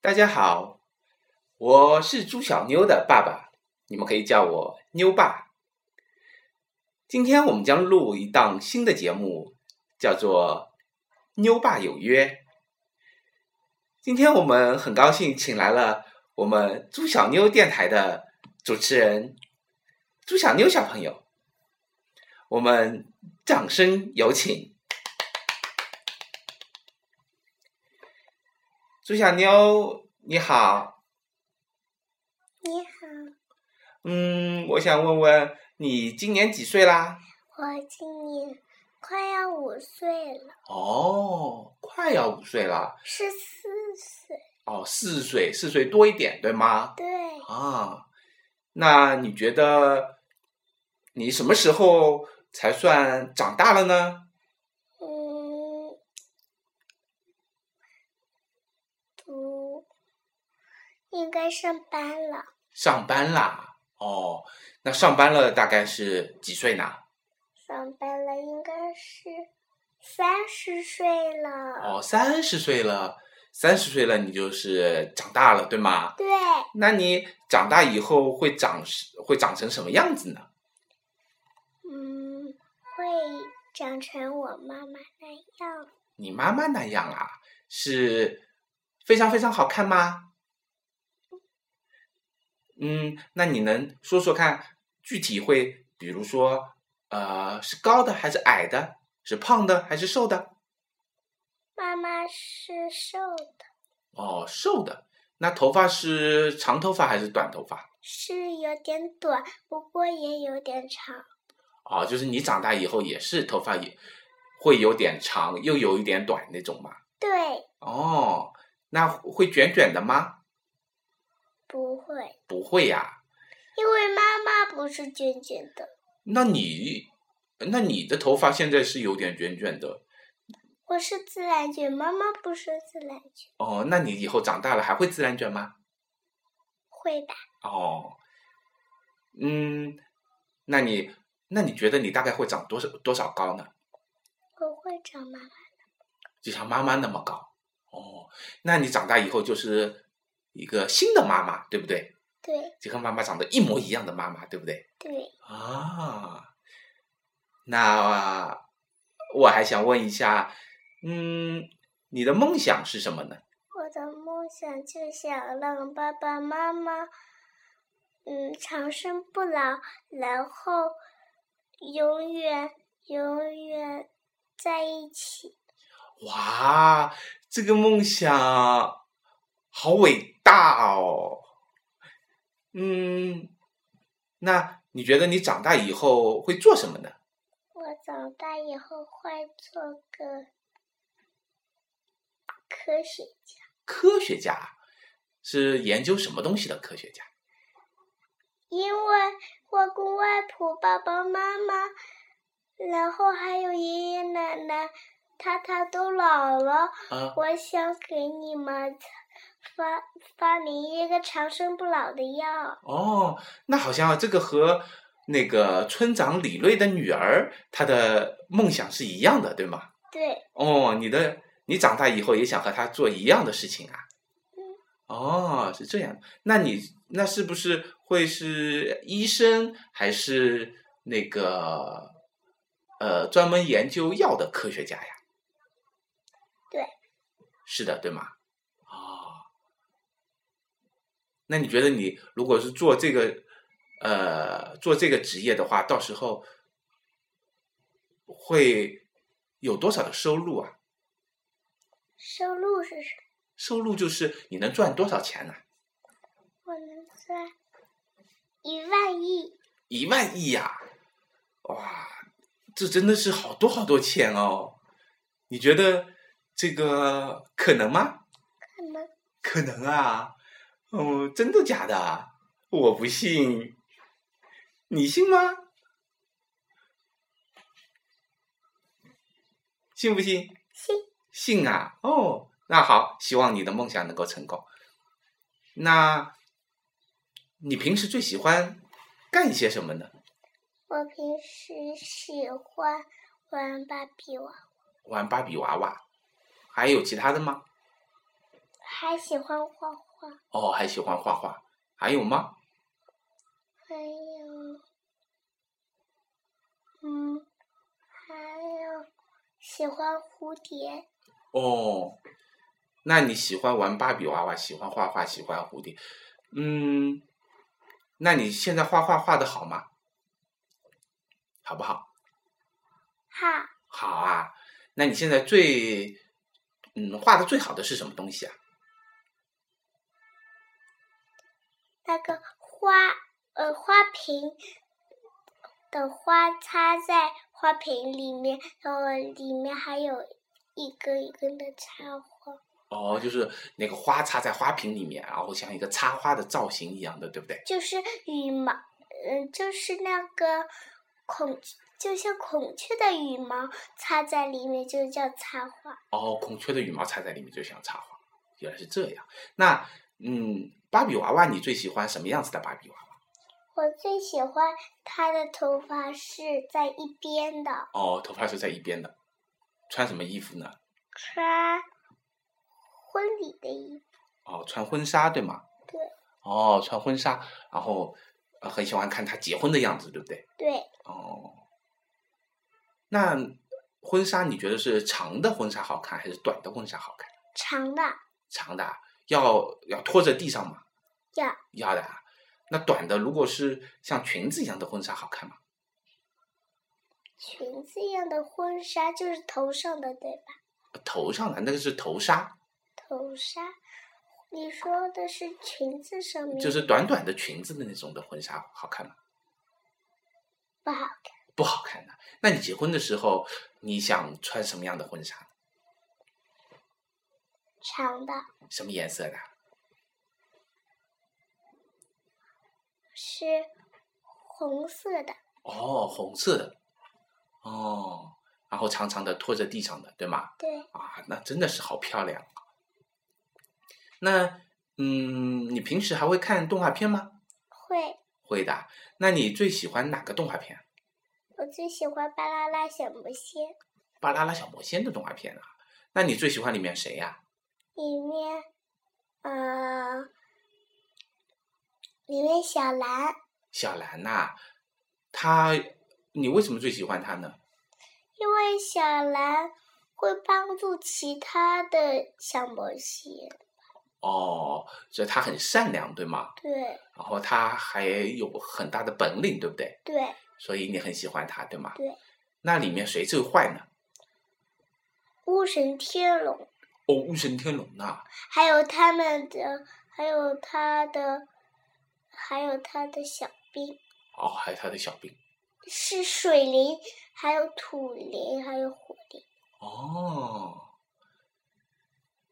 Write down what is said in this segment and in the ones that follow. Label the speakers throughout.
Speaker 1: 大家好，我是猪小妞的爸爸，你们可以叫我妞爸。今天我们将录一档新的节目，叫做《妞爸有约》。今天我们很高兴请来了我们猪小妞电台的主持人猪小妞小朋友，我们掌声有请。猪小妞，你好，
Speaker 2: 你好，
Speaker 1: 嗯，我想问问你今年几岁啦？
Speaker 2: 我今年快要五岁了，
Speaker 1: 哦，快要五岁了，
Speaker 2: 是四岁。
Speaker 1: 哦，四岁，四岁多一点，对吗？
Speaker 2: 对，
Speaker 1: 啊，那你觉得你什么时候才算长大了呢？
Speaker 2: 嗯，不，应该上班了。
Speaker 1: 上班啦，哦，那上班了大概是几岁呢？
Speaker 2: 上班了，应该是三十岁了。
Speaker 1: 哦，三十岁了，三十岁了，你就是长大了，对吗？
Speaker 2: 对，
Speaker 1: 那你长大以后会长会长成什么样子呢？
Speaker 2: 嗯，会长成我妈妈那样。
Speaker 1: 你妈妈那样啊，是非常非常好看吗？嗯，那你能说说看，具体会，比如说，呃，是高的还是矮的，是胖的还是瘦的？
Speaker 2: 妈妈是瘦的，
Speaker 1: 哦，瘦的。那头发是长头发还是短头发？
Speaker 2: 是有点短，不过也有点长。
Speaker 1: 哦，就是你长大以后也是头发也会有点长，又有一点短那种嘛。
Speaker 2: 对，
Speaker 1: 哦，那会卷卷的吗？
Speaker 2: 不会。
Speaker 1: 不会呀、
Speaker 2: 因为妈妈不是卷卷的，
Speaker 1: 那你，那你的头发现在是有点卷卷的
Speaker 2: 我是自然卷，妈妈不是自然卷，
Speaker 1: 哦。那你以后长大了还会自然卷吗？
Speaker 2: 会吧？
Speaker 1: 哦，嗯，那你，那你觉得你大概会长多少多少高呢？
Speaker 2: 我会长妈妈，
Speaker 1: 就像妈妈那么高哦。那你长大以后就是一个新的妈妈，对不对？
Speaker 2: 对
Speaker 1: 就跟妈妈长得一模一样的妈妈，对不对？
Speaker 2: 对，
Speaker 1: 啊，那我还想问一下，嗯，你的梦想是什么呢？
Speaker 2: 我的梦想就想让爸爸妈妈，嗯，长生不老，然后永远永远在一起。
Speaker 1: 哇，这个梦想好伟大哦！嗯，那你觉得你长大以后会做什么呢？
Speaker 2: 我长大以后会做个科学家，
Speaker 1: 科学家是研究什么东西的科学家？
Speaker 2: 因为外公外婆、爸爸妈妈，然后还有爷爷奶奶、他他都老了。
Speaker 1: 啊，
Speaker 2: 我想给你们发发明一个长生不老的药。
Speaker 1: 哦，那好像这个和那个村长李瑞的女儿她的梦想是一样的，对吗？
Speaker 2: 对，
Speaker 1: 哦，你的你长大以后也想和他做一样的事情啊？哦，是这样。那你那是不是会是医生，还是那个呃专门研究药的科学家呀？
Speaker 2: 对。
Speaker 1: 是的，对吗？哦。那你觉得你如果是做这个呃做这个职业的话，到时候会有多少的收入啊？
Speaker 2: 收入是什
Speaker 1: 收入就是你能赚多少钱呢、
Speaker 2: 么？我能算一万亿。
Speaker 1: 一万亿呀、哇，这真的是好多好多钱哦！你觉得这个可能吗？
Speaker 2: 可能
Speaker 1: 可能啊，哦，真的假的啊？我不信，你信吗？信不信？
Speaker 2: 信
Speaker 1: 信啊，哦，那好，希望你的梦想能够成功。那，你平时最喜欢干一些什么呢？
Speaker 2: 我平时喜欢玩芭比娃娃，
Speaker 1: 玩芭比娃娃，还有其他的吗？
Speaker 2: 还喜欢画画，
Speaker 1: 哦，还喜欢画画，还有吗？
Speaker 2: 还有，嗯，还有呃喜欢蝴蝶。
Speaker 1: 哦，那你喜欢玩芭比娃娃，喜欢画画，喜欢蝴蝶，嗯，那你现在画画画的好吗？好不好？
Speaker 2: 哈，
Speaker 1: 好啊，那你现在最，嗯，画的最好的是什么东西啊？
Speaker 2: 那个花，呃，花瓶的花插在花瓶里面，然后里面还有一根一根的插花。
Speaker 1: 哦，就是那个花插在花瓶里面，然后像一个插花的造型一样的，对不对？
Speaker 2: 就是羽毛，嗯、就是那个孔，就像孔雀的羽毛插在里面，就叫插花。
Speaker 1: 哦，孔雀的羽毛插在里面就像插花，原来是这样。那，嗯，芭比娃娃你最喜欢什么样子的芭比娃娃？
Speaker 2: 我最喜欢它的头发是在一边的，
Speaker 1: 哦，头发是在一边的，穿什么衣服呢？
Speaker 2: 穿婚礼的衣服。
Speaker 1: 哦，穿婚纱对吗？
Speaker 2: 对。
Speaker 1: 哦，穿婚纱，然后呃很喜欢看她结婚的样子，对不对？
Speaker 2: 对，
Speaker 1: 哦，那婚纱你觉得是长的婚纱好看还是短的婚纱好看？
Speaker 2: 长的
Speaker 1: 长的啊要要拖着地上吗？
Speaker 2: 要
Speaker 1: 要的啊。那短的如果是像裙子一样的婚纱好看吗？
Speaker 2: 裙子一样的婚纱，就是头上的，对吧？
Speaker 1: 头上的那个是头纱，
Speaker 2: 头纱。你说的是裙子上面，
Speaker 1: 就是短短的裙子的那种的婚纱好看吗？
Speaker 2: 不好看，
Speaker 1: 不好看的。那你结婚的时候你想穿什么样的婚纱？
Speaker 2: 长的
Speaker 1: 什么颜色的啊？
Speaker 2: 是红色的，
Speaker 1: 哦，红色的，哦，然后长长的拖着地上的，对吗？
Speaker 2: 对。
Speaker 1: 啊，那真的是好漂亮。啊那，嗯，你平时还会看动画片吗？
Speaker 2: 会，
Speaker 1: 会的。那你最喜欢哪个动画片啊？
Speaker 2: 我最喜欢《巴啦啦小魔仙》，
Speaker 1: 《巴啦啦小魔仙》的动画片啊？那你最喜欢里面谁呀、
Speaker 2: 里面，呃，里面小兰，
Speaker 1: 小兰呐、她，你为什么最喜欢她呢？
Speaker 2: 因为小兰会帮助其他的小魔仙。
Speaker 1: 哦，这她很善良，对吗？
Speaker 2: 对
Speaker 1: 然后她还有很大的本领，对不对？
Speaker 2: 对，
Speaker 1: 所以你很喜欢她，对吗？
Speaker 2: 对。
Speaker 1: 那里面谁最坏呢？
Speaker 2: 巫神天龙，
Speaker 1: 哦，雾神天龙呐、
Speaker 2: 还有他们的，还有他的，还有他的小兵
Speaker 1: 哦，还有他的小兵。
Speaker 2: 是水灵，还有土灵，还有火灵。
Speaker 1: 哦，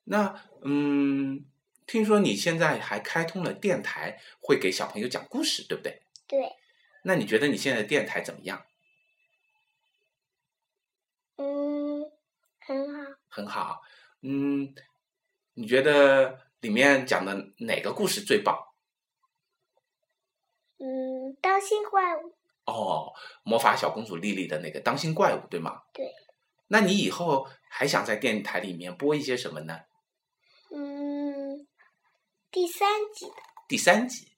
Speaker 1: 那嗯，听说你现在还开通了电台，会给小朋友讲故事，对不对？
Speaker 2: 对，
Speaker 1: 那你觉得你现在的电台怎么样？
Speaker 2: 嗯，很好。
Speaker 1: 很好。嗯，你觉得里面讲的哪个故事最棒？
Speaker 2: 嗯，当心怪物，
Speaker 1: 哦，魔法小公主莉莉的那个当心怪物，对吗？
Speaker 2: 对。
Speaker 1: 那你以后还想在电台里面播一些什么呢？
Speaker 2: 嗯，第三集的
Speaker 1: 第三集。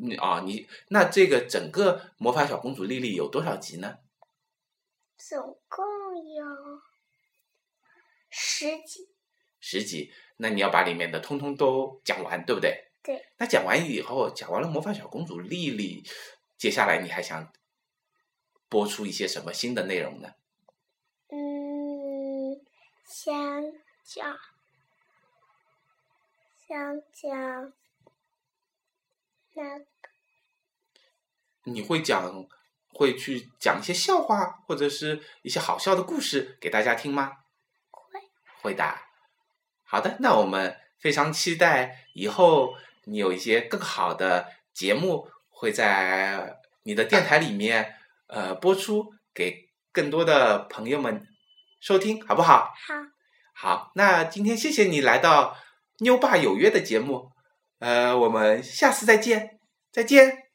Speaker 1: 你啊、你那这个整个魔法小公主莉莉有多少集呢？
Speaker 2: 总共有十集，
Speaker 1: 十集，那你要把里面的通通都讲完，对不对？
Speaker 2: 对。
Speaker 1: 那讲完以后，讲完了魔法小公主莉莉，接下来你还想播出一些什么新的内容呢？
Speaker 2: 嗯，想讲，想讲那
Speaker 1: 你会讲，会去讲一些笑话或者是一些好笑的故事给大家听吗？
Speaker 2: 会
Speaker 1: 会的。好的，那我们非常期待以后你有一些更好的节目会在你的电台里面呃播出，给更多的朋友们收听，好不好？
Speaker 2: 好，
Speaker 1: 好，那今天谢谢你来到妞爸有约的节目，呃，我们下次再见，再见。